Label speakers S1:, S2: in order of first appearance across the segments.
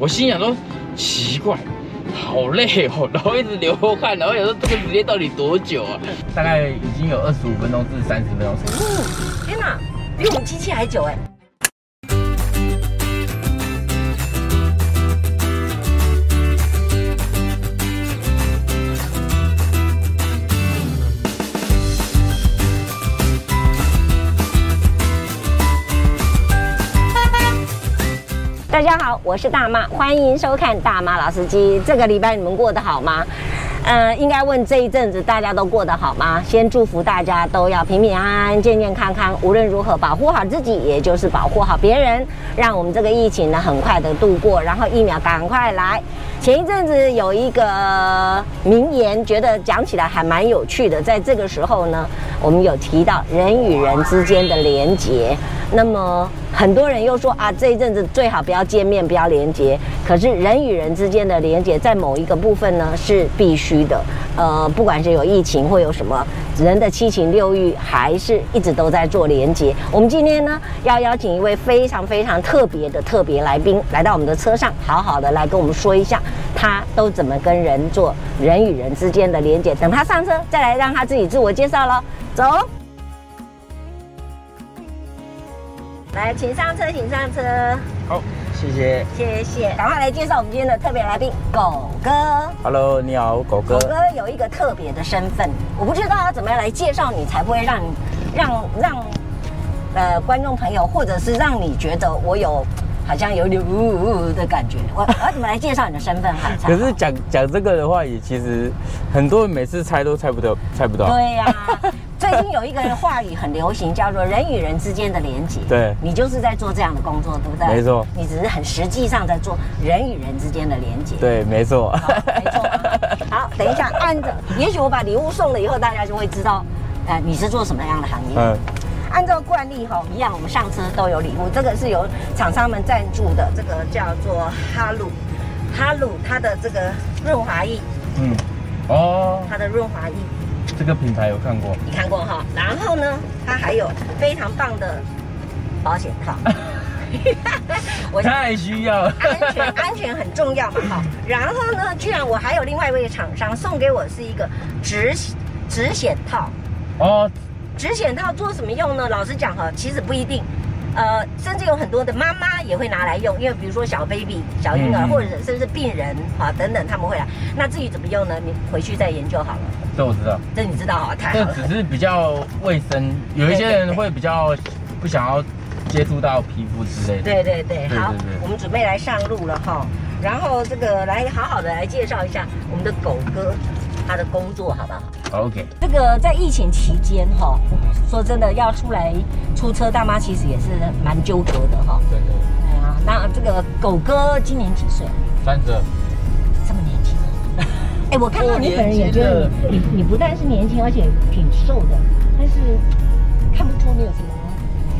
S1: 我心想说，奇怪，好累哦，然后一直流汗，然后想说这个时间到底多久啊？大概已经有二十五分钟至三十分钟。
S2: 哦，天哪，比我们机器还久哎！大家好，我是大妈，欢迎收看《大妈老司机》。这个礼拜你们过得好吗？呃，应该问这一阵子大家都过得好吗？先祝福大家都要平平安安、健健康康。无论如何，保护好自己，也就是保护好别人，让我们这个疫情呢很快的度过。然后疫苗赶快来。前一阵子有一个名言，觉得讲起来还蛮有趣的。在这个时候呢，我们有提到人与人之间的连结。那么很多人又说啊，这一阵子最好不要见面，不要连接。可是人与人之间的连接，在某一个部分呢是必须的。呃，不管是有疫情或有什么，人的七情六欲还是一直都在做连接。我们今天呢要邀请一位非常非常特别的特别来宾，来到我们的车上，好好的来跟我们说一下他都怎么跟人做人与人之间的连接。等他上车，再来让他自己自我介绍喽。走。来，请上车，请上车，
S1: 好，谢谢。
S2: 谢谢。赶快来介绍我们今天的特别来宾，狗哥。
S3: 呃
S1: Hello，你好，狗哥
S2: 狗哥有一个特别的身份，我不知道要怎么样来介绍你，才不会让你让让呃观众朋友，或者是让你觉得我有好像有点呜呜呜的感觉。我我要怎么来介绍你的身份好？才
S3: 可
S2: 好
S3: 是讲讲这个的话，也其实很多人每次猜都猜不到，猜不到。
S2: 对啊呀、最近有一个话语很流行，叫做人与人之间的连接。
S3: 对
S2: 你就是在做这样的工作，对不对？
S3: 没错
S2: 你只是很实际上在做人与人之间的连接。
S3: 对，没错。
S2: 好啊没 错啊吧。好，等一下，按照，也许我把礼物送了以后，大家就会知道，呃，你是做什么样的行业。
S3: 嗯，
S2: 按照惯例哈，一样我们上车都有礼物，这个是由厂商们赞助的，这个叫做哈鲁，哈鲁它的这个润滑液，
S1: 嗯，哦，
S2: 它的润滑液
S1: 这个品牌有看过。
S2: 你看过哈，然后呢，它还有非常棒的保险套，我想
S1: 太需要了。
S2: 安全安全很重要嘛哈。然后呢，居然我还有另外一位厂商送给我是一个止止险套，
S1: 哦，
S2: 止险套做什么用呢？老实讲哈，其实不一定。呃，甚至有很多的妈妈也会拿来用，因为比如说小 baby、小婴儿，
S1: 嗯
S2: 或者甚至病人啊等等，他们会来。那至于怎么用呢？你回去再研究好了。
S1: 这我知道，
S2: 这你知道啊，太好
S1: 这
S2: 了。
S1: 只是比较卫生，有一些人会比较不想要接触到皮肤之类的。
S2: 对对对，
S1: 对
S2: 好
S1: 对对，
S2: 我们准备来上路了哈。然后这个来好好的来介绍一下我们的狗哥他的工作好不好？
S1: OK，
S2: 这个在疫情期间哈，说真的要出来出车大妈其实也是蛮纠葛的哈。
S1: 对对，
S2: 哎呀，那这个狗哥今年几岁啊？
S1: 三折。
S2: 这么年轻啊？哎，我看到你本人也觉得你你你不但是年轻，而且挺瘦的，但是看不出你有什么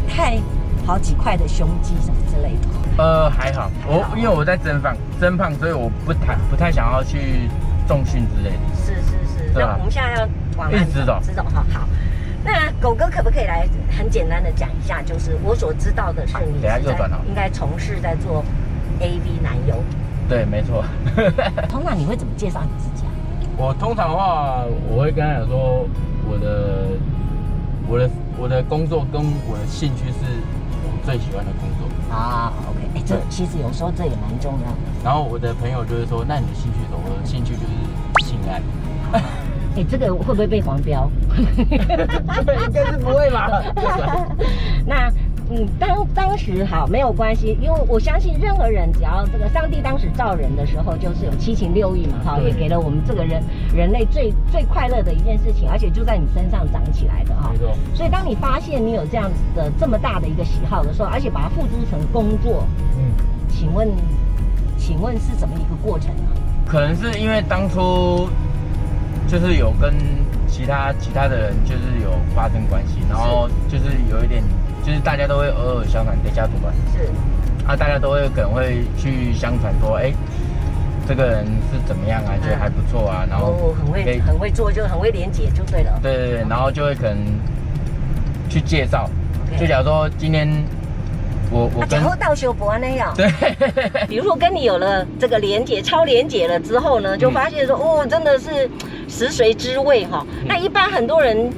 S2: 太好几块的胸肌什么之类的。
S1: 呃，还好，我因为我在增胖，增胖，所以我不太不太想要去重训之类的。
S2: 是是是，
S1: 对
S2: 那
S1: 啊
S2: 我们现在要往
S1: 一
S2: 哪
S1: 直走
S2: 直走哈，好。那狗哥可不可以来很简单的讲一下？就是我所知道的是，你
S1: 等一
S2: 是
S1: 下
S2: 在
S1: 右转哦
S2: 应该从事在做 AV 男优，
S1: 对，没错。
S2: 通常你会怎么介绍你自己啊？
S1: 我通常的话，我会跟他讲说，我的我的我的工作跟我的兴趣是我最喜欢的工作。
S2: 啊，OK，哎、这
S1: 对
S2: 其实有时候这也蛮重要的。
S1: 然后我的朋友就会说，那你的兴趣是什么？我的兴趣就是性爱。
S2: 哎、这个会不会被黄标？
S1: 应该是不会吧？
S2: 那嗯，当当时好没有关系，因为我相信任何人只要这个上帝当时造人的时候，就是有七情六欲嘛，哈，
S1: 对
S2: 也给了我们这个人人类最最快乐的一件事情，而且就在你身上长起来的哈
S1: 没。错。
S2: 所以当你发现你有这样子的这么大的一个喜好的时候，而且把它付诸成工作，
S1: 嗯。
S2: 请问，请问是怎么一个过程啊？
S1: 可能是因为当初就是有跟其他其他的人就是有发生关系，然后就是有一点，就是大家都会偶尔相传对家族吧，
S2: 是
S1: 啊，大家都会可能会去相传说，哎、这个人是怎么样啊，觉得还不错啊，然后
S2: 哦，很
S1: 可以
S2: 会很会做，就很会连接就对了。
S1: 对对对，然后就会可能去介绍，
S2: OK
S1: 就假如说今天我我
S2: 嗯啊，假
S1: 跟
S2: 后到修博安那样。
S1: 对，
S2: 比如说跟你有了这个连结、超连结了之后
S1: 嗯
S2: 呢，就发现说、哦，真的是食髓知味哈、
S1: 嗯
S2: 那一般很多人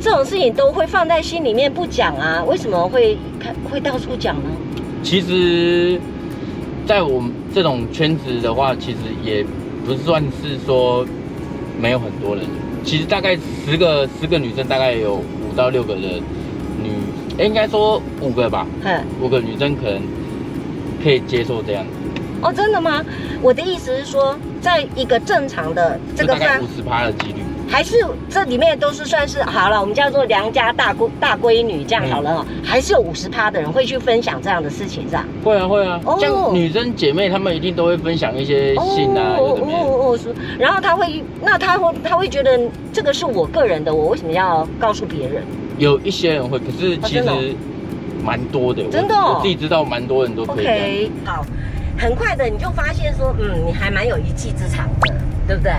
S2: 这种事情都会放在心里面不讲啊，为什么会看会到处讲呢？
S1: 其实，在我们这种圈子的话，其实也不算是说没有很多人，其实大概十个十个女生，大概有五到六个人女，诶应该说五个吧，
S2: 嗯，
S1: 五个女生可能可以接受这样，
S2: 哦，真的吗？我的意思是说，在一个正常的这
S1: 就
S2: 个
S1: 大概
S2: 范
S1: 五，十趴的几率。
S2: 还是这里面都是算是好了，我们叫做良家大闺大闺女这样
S1: 嗯
S2: 好了、哦，还是有五十趴的人会去分享这样的事情是吧？
S1: 会啊会啊
S2: 哦，
S1: 像女生姐妹她们一定都会分享一些信啊，有的没的。
S2: 哦哦是然后他会，那他会他会觉得这个是我个人的，我为什么要告诉别人？
S1: 有一些人会，可是其
S2: 真的哦
S1: 实蛮多的，我
S2: 真的哦
S1: 我自己知道蛮多人都可以这样。
S2: OK，好，很快的你就发现说，嗯，你还蛮有一技之长的，对不对？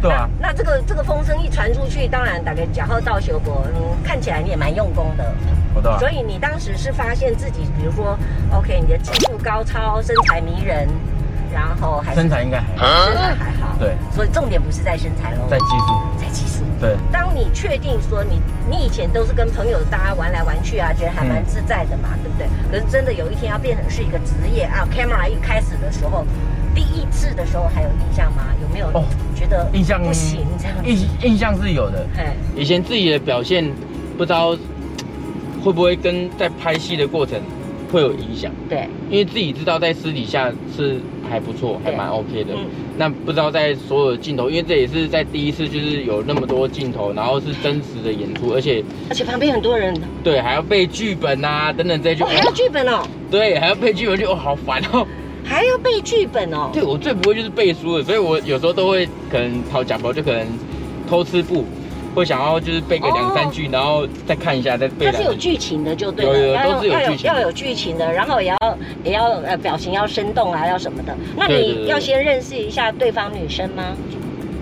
S1: 对啊，
S2: 那。那这个这个风声一传出去，当然大概假后到学国，嗯，看起来你也蛮用功的。
S1: 我懂啊
S2: 所以你当时是发现自己，比如说，OK，你的技术高超，身材迷人，然后还是
S1: 身材应该还好，
S2: 身材还好。
S1: 对。
S2: 所以重点不是在身材喽，
S1: 在技术，
S2: 在技术。
S1: 对
S2: 当你确定说你你以前都是跟朋友大家玩来玩去啊，觉得还蛮自在的
S1: 嗯
S2: 嘛，对不对？可是真的有一天要变成是一个职业啊，camera 一开始的时候，第一次的时候还有印象吗？有没有
S1: 哦
S2: 觉得
S1: 印象
S2: 不行这样子？
S1: 印印象是有的。
S2: 哎，
S1: 以前自己的表现，不知道会不会跟在拍戏的过程会有影响，
S2: 对，
S1: 因为自己知道在私底下是还不错，还蛮 OK 的
S2: 嗯。
S1: 那不知道在所有的镜头，因为这也是在第一次就是有那么多镜头，然后是真实的演出，而且
S2: 而且旁边很多人，
S1: 对还要背剧本啊等等这些，
S2: 哦，还要剧本哦，
S1: 对还要背剧本就哦好烦哦。
S2: 还要背剧本哦，
S1: 对我最不会就是背书了，所以我有时候都会可能讨假包，就可能偷吃布，会想要就是背个两三句，然后再看一下，再背
S2: 它
S1: 两
S2: 哦是有
S1: 三句。
S2: 剧情的，就对了，
S1: 有有
S2: 要
S1: 都是有
S2: 要
S1: 剧情的
S2: 要有剧情的，然后也要也要呃表情要生动啊，要什么的。那
S1: 对对对
S2: 你
S1: 对
S2: 要先认识一下对方女生吗？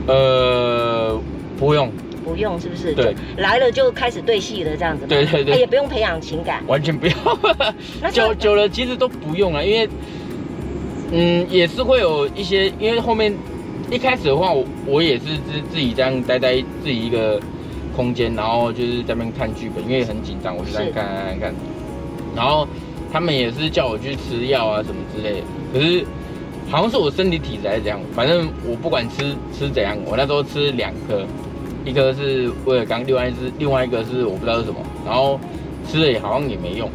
S1: 呃，不用，
S2: 不用，是不是？
S1: 对，
S2: 来了就开始对戏了，这样子吗。
S1: 对对对
S2: 哎也不用培养情感。
S1: 完全不
S2: 那
S1: 用，
S2: 这
S1: 久久了其实都不用了，因为嗯也是会有一些，因为后面一开始的话，我我也是自自己这样待在自己一个空间，然后就是在那边看剧本，因为很紧张，我就在
S2: 是
S1: 看看看看，然后他们也是叫我去吃药啊什么之类的，可是。好像是我身体体质还是怎样，反正我不管吃吃怎样，我那时候吃两颗，一颗是威尔刚，另外一只另外一个是我不知道是什么，然后吃了也好像也没用，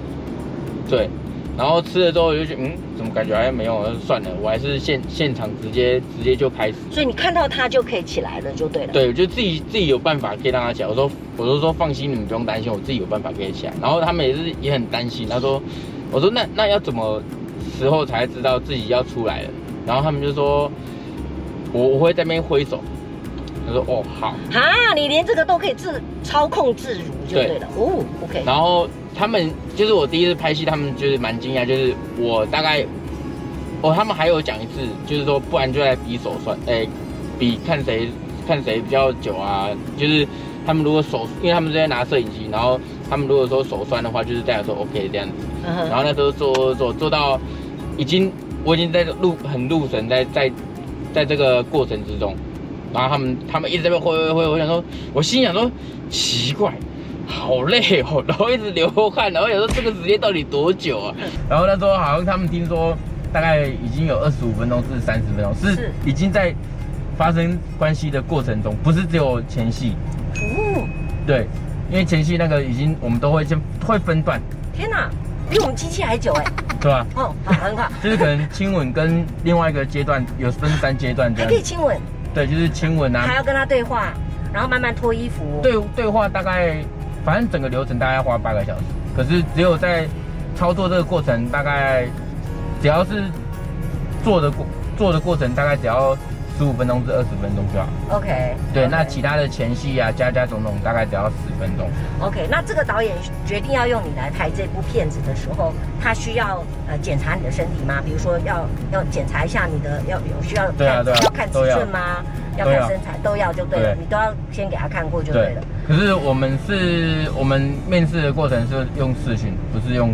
S1: 对，然后吃了之后我就觉得嗯，怎么感觉好像没用，那就算了，我还是现现场直接直接就开始，
S2: 所以你看到他就可以起来了，就对了。
S1: 对，我就自己自己有办法可以让他起来，我说我就说放心，你们不用担心，我自己有办法可以起来，然后他们也是也很担心，他说我说那那要怎么时候才知道自己要出来了，然后他们就说我我会在那边挥手，他说哦好。
S2: 啊，你连这个都可以自操控自如，就对了。哦，OK。
S1: 然后他们就是我第一次拍戏，他们就是蛮惊讶，就是我大概，哦，他们还有讲一次，就是说不然就来比手算，哎，比看谁看谁比较久啊，就是他们如果手，因为他们是在拿摄影机，然后他们如果说手酸的话，就是代表说 OK 这样子，
S2: 嗯
S1: 然
S2: 哼，
S1: 后那时候做做做做到已经我已经在入很入神，在在在这个过程之中，然后他们他们一直在那边挥挥挥，我想说，我心想说奇怪。好累哦，然后一直流汗，然后想说这个时间到底多久啊？然后那时候好像他们听说大概已经有二十五分钟至三十分钟，是
S2: 是
S1: 已经在发生关系的过程中，不是只有前戏，
S2: 哦，
S1: 对，因为前戏那个已经我们都会先会分段，
S2: 天哪，比我们机器还 久哎。
S1: 对吧？
S2: 哦，好，很好，
S1: 就是可能亲吻跟另外一个阶段有分三阶段这
S2: 还
S1: 样
S2: 可以
S1: 子，
S2: 亲吻，
S1: 对，就是亲吻
S2: 还
S1: 啊，
S2: 要跟他对话，然后慢慢脱衣服。。
S1: 对对话大概，反正整个流程大概要花八啊个小时，可是只有在操作这个过程，大概只要是做的过做的过程，大概只要十五分钟至二十分钟就好。
S2: OK。
S1: 对，那其他的前戏啊、加加种种，大概只要十分钟。
S2: OK，那这个导演决定要用你来拍这部片子的时候，他需要呃检查你的身体吗？比如说要要检查一下你的要有需要看
S1: 对啊对啊
S2: 要看尺
S1: 都要
S2: 寸吗？要
S1: 都
S2: 看
S1: 要
S2: 身材都要就对了，
S1: 对
S2: 你都要先给他看过就对了。
S1: 可是我们是我们面试的过程是用视讯，不是用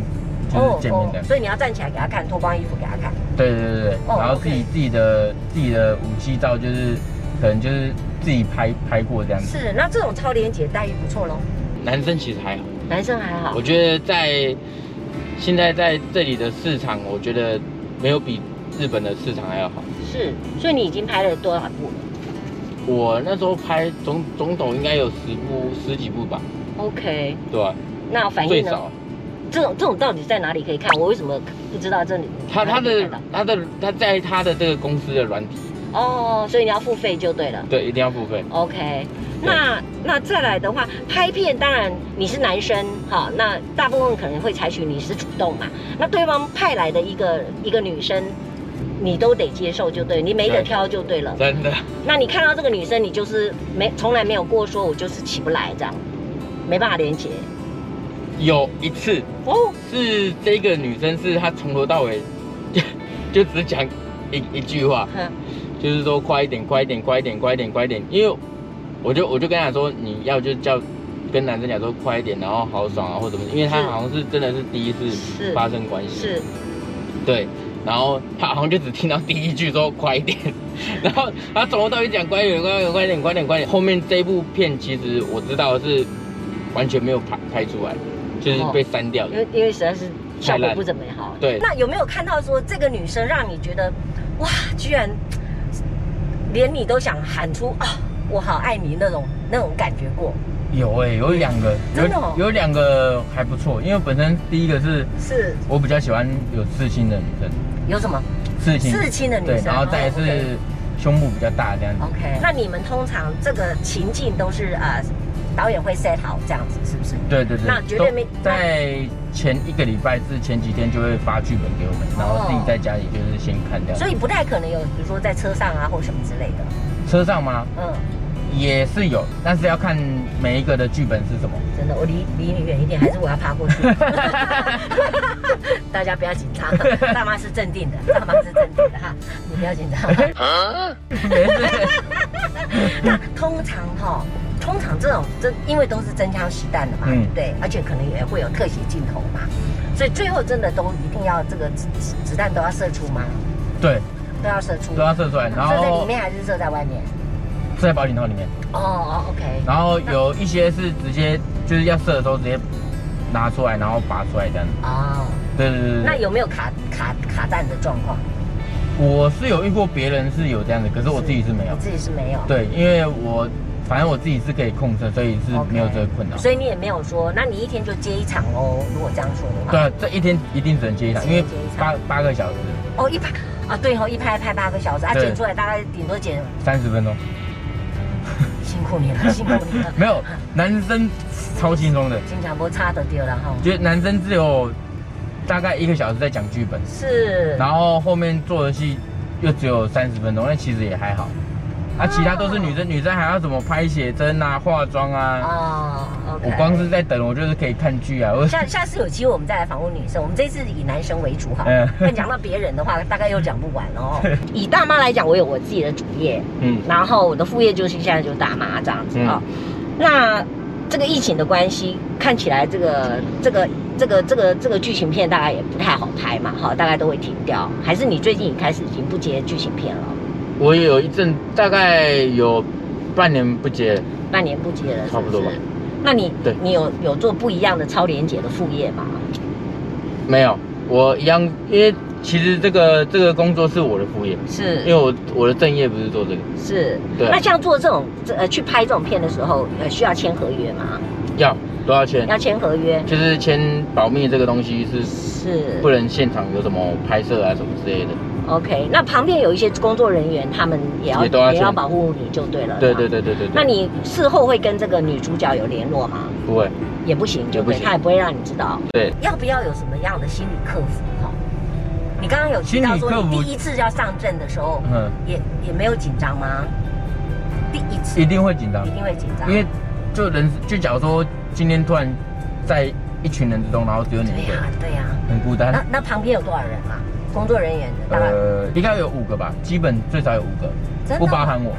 S2: 哦
S1: 就是见面的。
S2: 所以你要站起来给他看，脱光衣服给他看。
S1: 对对对对，
S2: 哦
S1: 然后自己
S2: OK
S1: 自己的自己的武器照就是可能就是自己拍拍过这样子。
S2: 是，那这种超连姐待遇不错喽，
S1: 男生其实还好，
S2: 男生还好
S1: 我。觉得在现在在这里的市场，我觉得没有比日本的市场还要好。
S2: 是，所以你已经拍了多少部了
S1: 我那时候拍总总抖应该有十部十几部吧，
S2: ？OK，
S1: 对吧、
S2: 那反
S1: 最
S2: 应呢？
S1: 少。
S2: 这种这种到底在哪里可以看？我为什么不知道这里？
S1: 他他
S2: 哪里可以
S1: 的
S2: 看到
S1: 他的他在他的这个公司的软体，
S2: 哦，所以你要付费就对了。
S1: 对，一定要付费。
S2: OK，那那再来的话，拍片当然你是男生哈，那大部分可能会采取你是主动嘛，那对方派来的一个一个女生，你都得接受就对，你没得
S1: 对
S2: 挑就对了。
S1: 真的，
S2: 那你看到这个女生，你就是没从来没有过说我就是起不来这样，没办法连接
S1: 有一次
S2: 哦，
S1: 是这个女生是她从头到尾 就只讲一一句话，
S2: 哼
S1: 就是说快一点，快一点，快一点，快一点，快一点。因为我就我就跟她说，你要就叫跟男生讲说快一点，然后豪爽啊或怎么，因为她
S2: 是
S1: 好像是真的是第一
S2: 是
S1: 次发生关系，
S2: 是
S1: 对。然后她好像就只听到第一句说快一点， 然后她从头到尾讲快一点，快一点，快一点，快一点，快一点。后面这部片其实我知道是完全没有拍拍出来，就是
S2: 哦
S1: 被删掉的
S2: 因。为因为实在是效
S1: 太
S2: 果
S1: 烂
S2: 不怎么好。
S1: 对
S2: 那有没有看到说这个女生让你觉得，哇，居然连你都想喊出啊，我好爱你那种那种感觉过？
S1: 有哎、有两个，有
S2: 真的哦
S1: 有两个还不错，因为本身第一个是
S2: 是
S1: 我比较喜欢有刺青的女生，
S2: 有什么
S1: 刺青，
S2: 刺青的女
S1: 对，
S2: 生
S1: 然后
S2: 哦
S1: 再是
S2: OK
S1: 胸部比较大这样子，
S2: ？OK，那你们通常这个情境都是呃，导演会 set 好这样子，是不是？
S1: 对对对，
S2: 那绝对没
S1: 都在前一个礼拜至前几天就会发剧本给我们，然后自
S2: 哦
S1: 己在家里就是先看掉。
S2: 所以不太可能有，比如说在车上啊或什么之类的。
S1: 车上吗？
S2: 嗯，
S1: 也是有，但是要看每一个的剧本是什么。
S2: 真的，我离离你远一点，还是我要爬过去？ 大家不要紧张，大妈是镇定的，大妈是镇定的哈，你不要紧张。
S1: 没事，
S2: 那通常哈、通常这种这因为都是真枪实弹的嘛，
S1: 嗯
S2: 对不对？而且可能也会有特写镜头嘛，所以最后真的都一定要这个子子子弹都要射出吗？
S1: 对，
S2: 都要射出，
S1: 都要射出来，然
S2: 射在里
S1: 后
S2: 面还是射在外面？
S1: 射在保险套里面。
S2: 哦哦，OK，
S1: 然后有一些是直接就是要射的时候直接拿出来，然后拔出来这样。
S2: 哦，
S1: 对对对
S2: 那
S1: 对，
S2: 有没有卡卡卡弹的状况？
S1: 我是有遇过别人是有这样的，可是我自己是没有
S2: 你。自己是没有。
S1: 对，因为我反正我自己是可以控制，所以是
S2: OK
S1: 没有这个困扰。
S2: 所以你也没有说，那你一天就接一场哦。如果这样说的话，，
S1: 对，啊这一天一定只能接一场，因为
S2: 只能接一场
S1: 八八个小时，
S2: 哦一拍啊，对哦，一拍拍八个小时，啊
S1: 对
S2: 剪出来大概顶多剪，
S1: 三十分钟，
S2: 辛苦你了，辛 苦你
S1: 。
S2: 了
S1: 没有男生超轻松的，
S2: 新加坡差的丢了哈。
S1: 觉得男生只有大概一个小时在讲剧本，
S2: 是，
S1: 然后后面做的戏又只有三十分钟，那其实也还好。啊，其他都是女生，女生还要怎么拍写真啊、化妆啊。
S2: 哦，OK。
S1: 我光是在等，我就是可以看剧啊。 我
S2: 下下次有机会我们再来访问女生，我们这次以男生为主哈
S1: 嗯。
S2: 但讲到别人的话，大概又讲不完哦。 以大妈来讲，我有我自己的主业，
S1: 嗯，
S2: 然后我的副业就是现在就大妈这样子啊、那这个疫情的关系，看起来这个这个这个这个这个剧情片大概也不太好拍嘛，哈，大概都会停掉。还是你最近开始已经不接剧情片了，
S1: 我也有一阵，大概有半年不接。
S2: 半年不接了是是，
S1: 差不多吧。
S2: 那你
S1: 对
S2: 你有有做不一样的超连姐的副业吗？
S1: 没有，我一样，因为其实这个这个工作是我的副业，因为
S2: 是
S1: 我我的正业不是做这个。
S2: 是。
S1: 对
S2: 那像做这种这呃去拍这种片的时候，呃需要签合约吗？
S1: 要多少钱？
S2: 要签合约。
S1: 就是签保密这个东西是
S2: 是
S1: 不能现场有什么拍摄啊什么之类的。
S2: ，OK。那旁边有一些工作人员，他们也要
S1: 也都要
S2: 也要
S1: 签
S2: 保护你就对了。
S1: 对
S2: 这样
S1: 对对对对对。
S2: 那你事后会跟这个女主角有联络吗？
S1: 不会？
S2: 也不行，就
S1: 也不
S2: 对，
S1: 行
S2: 她也不会让你知道。
S1: 对，
S2: 要不要有什么样的心理克服？哈，你刚刚有提
S1: 心理
S2: 到说
S1: 克
S2: 你
S1: 服
S2: 第一次要上阵的时候，
S1: 嗯，
S2: 也也没有紧张吗？第一次
S1: 一定会紧张
S2: 一。定会紧张，
S1: 因为就人就假如说今天突然在一群人之中，然后只有你
S2: 对
S1: 一个
S2: 呀
S1: 人，
S2: 对呀。
S1: 很孤
S2: 那
S1: 单。
S2: 那旁边有多少人啊？工作人员大概
S1: 嗯呃，应该有五个吧，基本最少有五
S2: 真
S1: 个，
S2: 的吗
S1: 不包含我。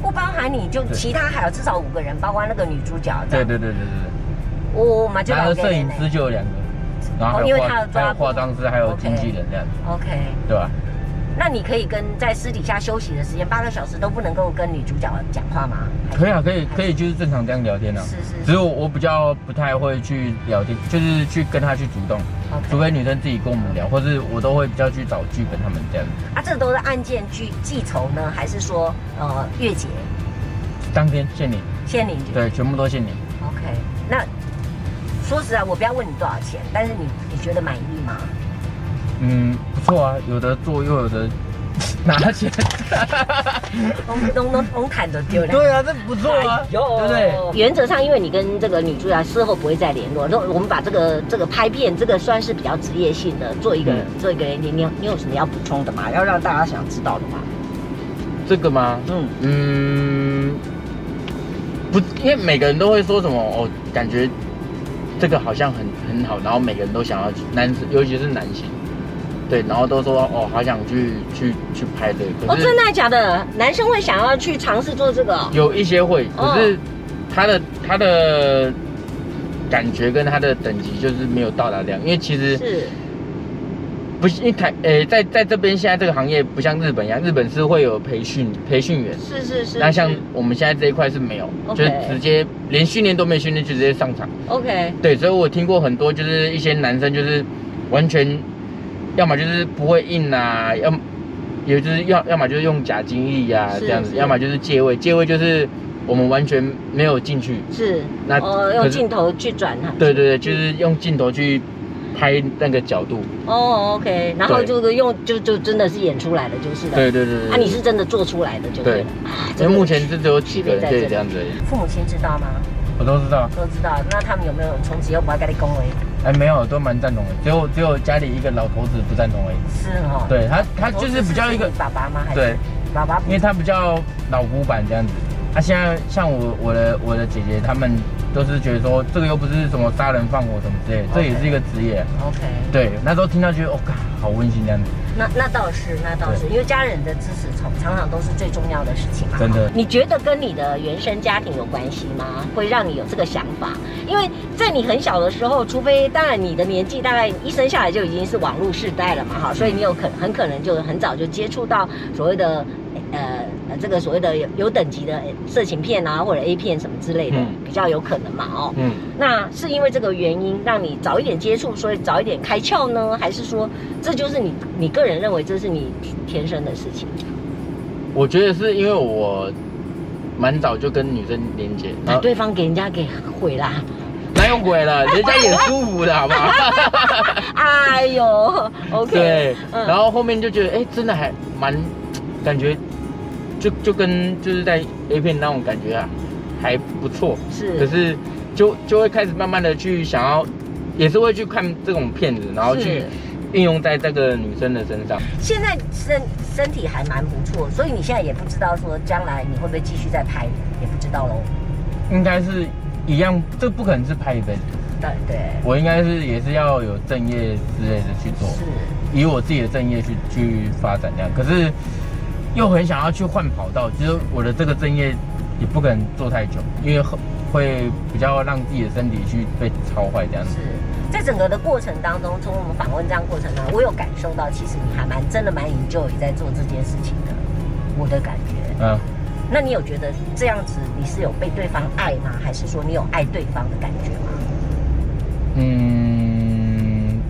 S2: 不包含你，就
S1: 对
S2: 其他还有至少五个人，包括那个女主角。哦
S1: 对，对对对对
S2: 我嘛就
S1: 对，然
S2: 两
S1: 后
S2: 个
S1: 摄
S2: 人
S1: 影
S2: 呢
S1: 师就有两个，然后还
S2: 哦因
S1: 有
S2: 为
S1: 化
S2: 他有
S1: 还
S2: 抓
S1: 有
S2: 捕
S1: 化妆师，还有经纪人这样子，
S2: OK，
S1: 对吧？
S2: 那你可以跟在私底下休息的时间八个小时都不能够跟女主角讲话吗？
S1: 可以啊，可以，可以，就是正常这样聊天啊。
S2: 是是是
S1: 只是我我比较不太会去聊天，就是去跟他去主动，
S2: OK
S1: 除非女生自己跟我们聊，或是我都会比较去找剧本他们这样子。
S2: 啊，这都是案件剧记仇呢，还是说呃月结
S1: 当天限你，
S2: 先领？
S1: 对，全部都限你。
S2: ，OK。那说实在，我不要问你多少钱，但是你你觉得满意吗？
S1: 嗯，不错啊，有的做又有的 拿钱。
S2: 拢拢拢拢谈都丢了。
S1: 对啊，这不错啊，
S2: 哎呦
S1: 对不对？
S2: 原则上，因为你跟这个女主角事后不会再联络，那我们把这个这个拍片，这个算是比较职业性的，做一个、
S1: 嗯
S2: 做一个你你有你有什么要补充的吗？要让大家想知道的吗？
S1: 这个吗？
S2: 嗯，
S1: 嗯，不，因为每个人都会说什么哦，感觉这个好像很很好，然后每个人都想要去男，尤其是男性，对，然后都说哦，好想去去去拍这个。
S2: 哦，
S1: 可是
S2: 真的假的？男生会想要去尝试做这个哦、
S1: 有一些会，
S2: 哦
S1: 可是他的、他的感觉跟他的等级就是没有到达这样，因为其实
S2: 是
S1: 不是因为台诶、在在这边现在这个行业不像日本一样，日本是会有培训培训员。
S2: 是是是。
S1: 那像
S2: 是
S1: 我们现在这一块是没有
S2: OK
S1: 就是直接连训练都没训练就直接上场。
S2: OK，
S1: 对，所以我听过很多就是一些男生就是完全，要么就是不会硬啊，要么也就是要要么就是用假精力啊
S2: 是
S1: 这样子，
S2: 是
S1: 要么就是借位，借位就是我们完全没有进去。
S2: 是
S1: 那
S2: 哦，
S1: 可
S2: 用
S1: 是
S2: 镜头去转啊。
S1: 对对对，就是用镜头去拍那个角度。
S2: 哦，OK，然后
S1: 对
S2: 就是用就就真的是演出来的，就是的。
S1: 对对对对。
S2: 啊，你是真的做出来的，就对
S1: 对
S2: 了。啊，
S1: 因
S2: 这
S1: 为
S2: 个
S1: 目前是只有几个人
S2: 区别在这
S1: 对
S2: 里
S1: 这样子而已，
S2: 父母亲知道吗？
S1: 我都知道。
S2: 都知道，那他们有没有从此又不要跟你恭维？
S1: 哎，没有，都蛮赞同的，只有只有家里一个老头子不赞同而已。
S2: 是哦，，
S1: 对他，他就是比较一个
S2: 爸爸吗？还是
S1: 对，
S2: 爸爸不
S1: 因为他比较老古板这样子。啊，现在像我我的我的姐姐他们都是觉得说这个又不是什么杀人放火什么之类的
S2: OK
S1: 这也是一个职业。
S2: OK。
S1: 对，那时候听到觉得哦，嘎好温馨这样子。
S2: 那那倒是，那倒是，因为家人的支持常常常都是最重要的事情嘛。
S1: 真的
S2: 你觉得跟你的原生家庭有关系吗？会让你有这个想法？因为在你很小的时候，除非当然你的年纪大概一生下来就已经是网络世代了嘛，哈，所以你有可很可能就很早就接触到所谓的呃呃这个所谓的有有等级的呃色情片啊或者 A 片什么之类的，
S1: 嗯
S2: 比较有可能嘛，哦。
S1: 嗯，
S2: 那是因为这个原因让你早一点接触，所以早一点开窍呢？还是说这就是你你个人认为这是你天生的事情？
S1: 我觉得是因为我蛮早就跟女生连接，然
S2: 把
S1: 后
S2: 对方给人家给毁啦！
S1: 那用鬼了，人家也舒服的好不好？
S2: 哎呦，OK，
S1: 对，
S2: 嗯
S1: 然后后面就觉得，哎、真的还蛮，感觉就就跟就是在 A 片那种感觉啊，还不错。
S2: 是
S1: 可是就就会开始慢慢的去想要，也是会去看这种片子，然后去
S2: 是
S1: 运用在这个女生的身上。
S2: 现在身身体还蛮不错，所以你现在也不知道说将来你会不会继续再拍，也不知道喽。
S1: 应该是一样，这不可能是拍一辈子，
S2: 对对，
S1: 我应该是也是要有正业之类的去做，
S2: 是
S1: 以我自己的正业去去发展这样。可是又很想要去换跑道，就是我的这个正业也不可能做太久，因为会会比较让自己的身体去被操坏这样子。
S2: 是。在整个的过程当中，从我们访问这样过程呢，啊我有感受到，其实你还蛮真的蛮 enjoy 在做这件事情的，我的感觉。
S1: 嗯，
S2: 那你有觉得这样子你是有被对方爱吗？还是说你有爱对方的感觉吗？
S1: 嗯，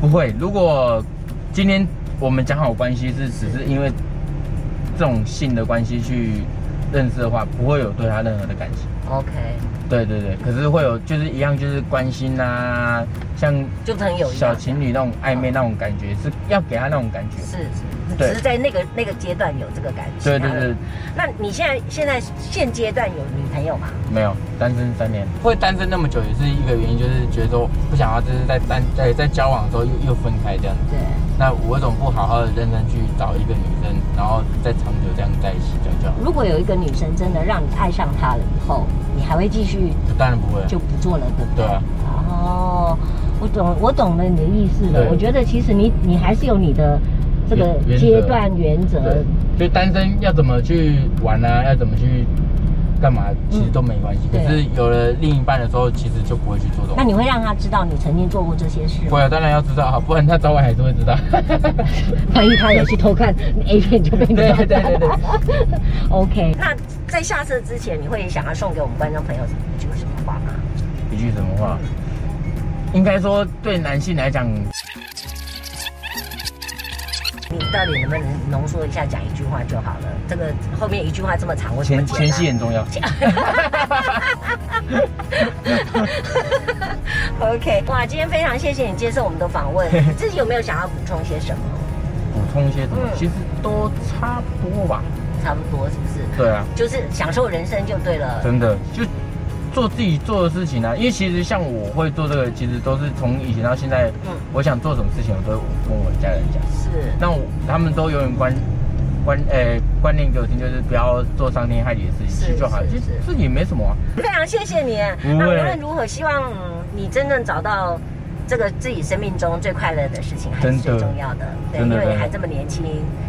S1: 不会。如果今天我们讲好关系是只是因为这种性的关系去认识的话，不会有对他任何的感情。
S2: ？OK，
S1: 对对对，可是会有就是一样就是关心啊，像
S2: 就朋友一
S1: 小
S2: 样
S1: 情侣那种暧昧那种感觉，是要给他那种感觉。
S2: 是是，
S1: 对
S2: 只是在那个那个阶段有这个感觉。
S1: 对对对，
S2: 那你现在现在现阶段有女朋友吗？
S1: 没有单身三年，会单身那么久也是一个原因，就是觉得说不想要就是在单在在交往的时候又又分开这样子。
S2: 对，
S1: 那我为什么不好好的认真去找一个女生，然后再长久这样在一起就就好？
S2: 如果有一个女生真的让你爱上她了以后，你还会继续
S1: 当然不会啊，
S2: 就不做了，对不对？
S1: 对啊，
S2: 哦，我懂，我懂了你的意思了。
S1: 对
S2: 我觉得其实你你还是有你的这个
S1: 原原则
S2: 阶段原则
S1: 对，就单身要怎么去玩啊，要怎么去
S3: 干嘛，其实都没关系。
S2: 嗯
S3: 可是有了另一半的时候，其实就不会去做这
S2: 那
S3: 种。
S2: 你会让他知道你曾经做过这些事吗？
S3: 会啊，当然要知道啊，不然他早晚还是会知道。
S2: 万一他也去偷看 A 片，就被你
S3: 对
S2: 抓
S3: 对
S2: 到
S3: 对对
S2: 了。OK，那 在下次之前，你会想要送给我们观众朋友一句什么话吗？
S3: 一句什么话？应该说，对男性来讲，
S2: 你到底能不能浓缩一下，讲一句话就好了？这个后面一句话这么长，我怎么解
S3: 前前
S2: 答
S3: 戏很重要。
S2: OK，哇，今天非常谢谢你接受我们的访 问，你自己有没有想要补充些什么？
S3: 补充一些什么
S2: 嗯？
S3: 其实都差不多吧。
S2: 差不多是不是？
S3: 对啊，
S2: 就是享受人生就对了。
S3: 真的就做自己做的事情啊。因为其实像我会做这个，其实都是从以前到现在，
S2: 嗯
S3: 我想做什么事情，我都跟我家人讲。
S2: 是，
S3: 那我他们都永远关关诶、观念给我听，就是不要做伤天害理的事情，
S2: 是
S3: 其实就好了。
S2: 是
S3: 其实
S2: 是
S3: 自己没什么、啊，
S2: 非常谢谢你。
S3: 不会
S2: 那无论如何，希望嗯你真正找到这个自己生命中最快乐的事情，还是
S3: 真的
S2: 最重要的。对，
S3: 真
S2: 因
S3: 的
S2: 为你
S3: 真的
S2: 还这么年轻，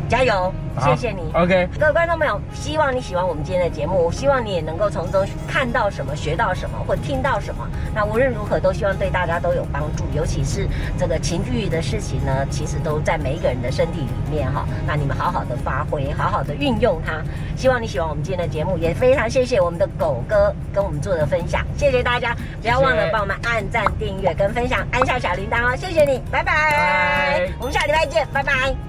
S2: 加油！谢
S3: 好
S2: 谢你。
S3: OK，
S2: 各位观众朋友，希望你喜欢我们今天的节目，希望你也能够从中看到什么、学到什么或听到什么。那无论如何，都希望对大家都有帮助，尤其是这个情欲的事情呢，其实都在每一个人的身体里面哈。那你们好好的发挥，好好的运用它。希望你喜欢我们今天的节目，也非常谢谢我们的狗哥跟我们做的分享，谢谢大家！不要忘了帮我们按哎赞、订阅跟分享，按下小铃铛哦，谢谢你，拜拜！
S3: 拜
S2: 我们下礼拜见，拜拜。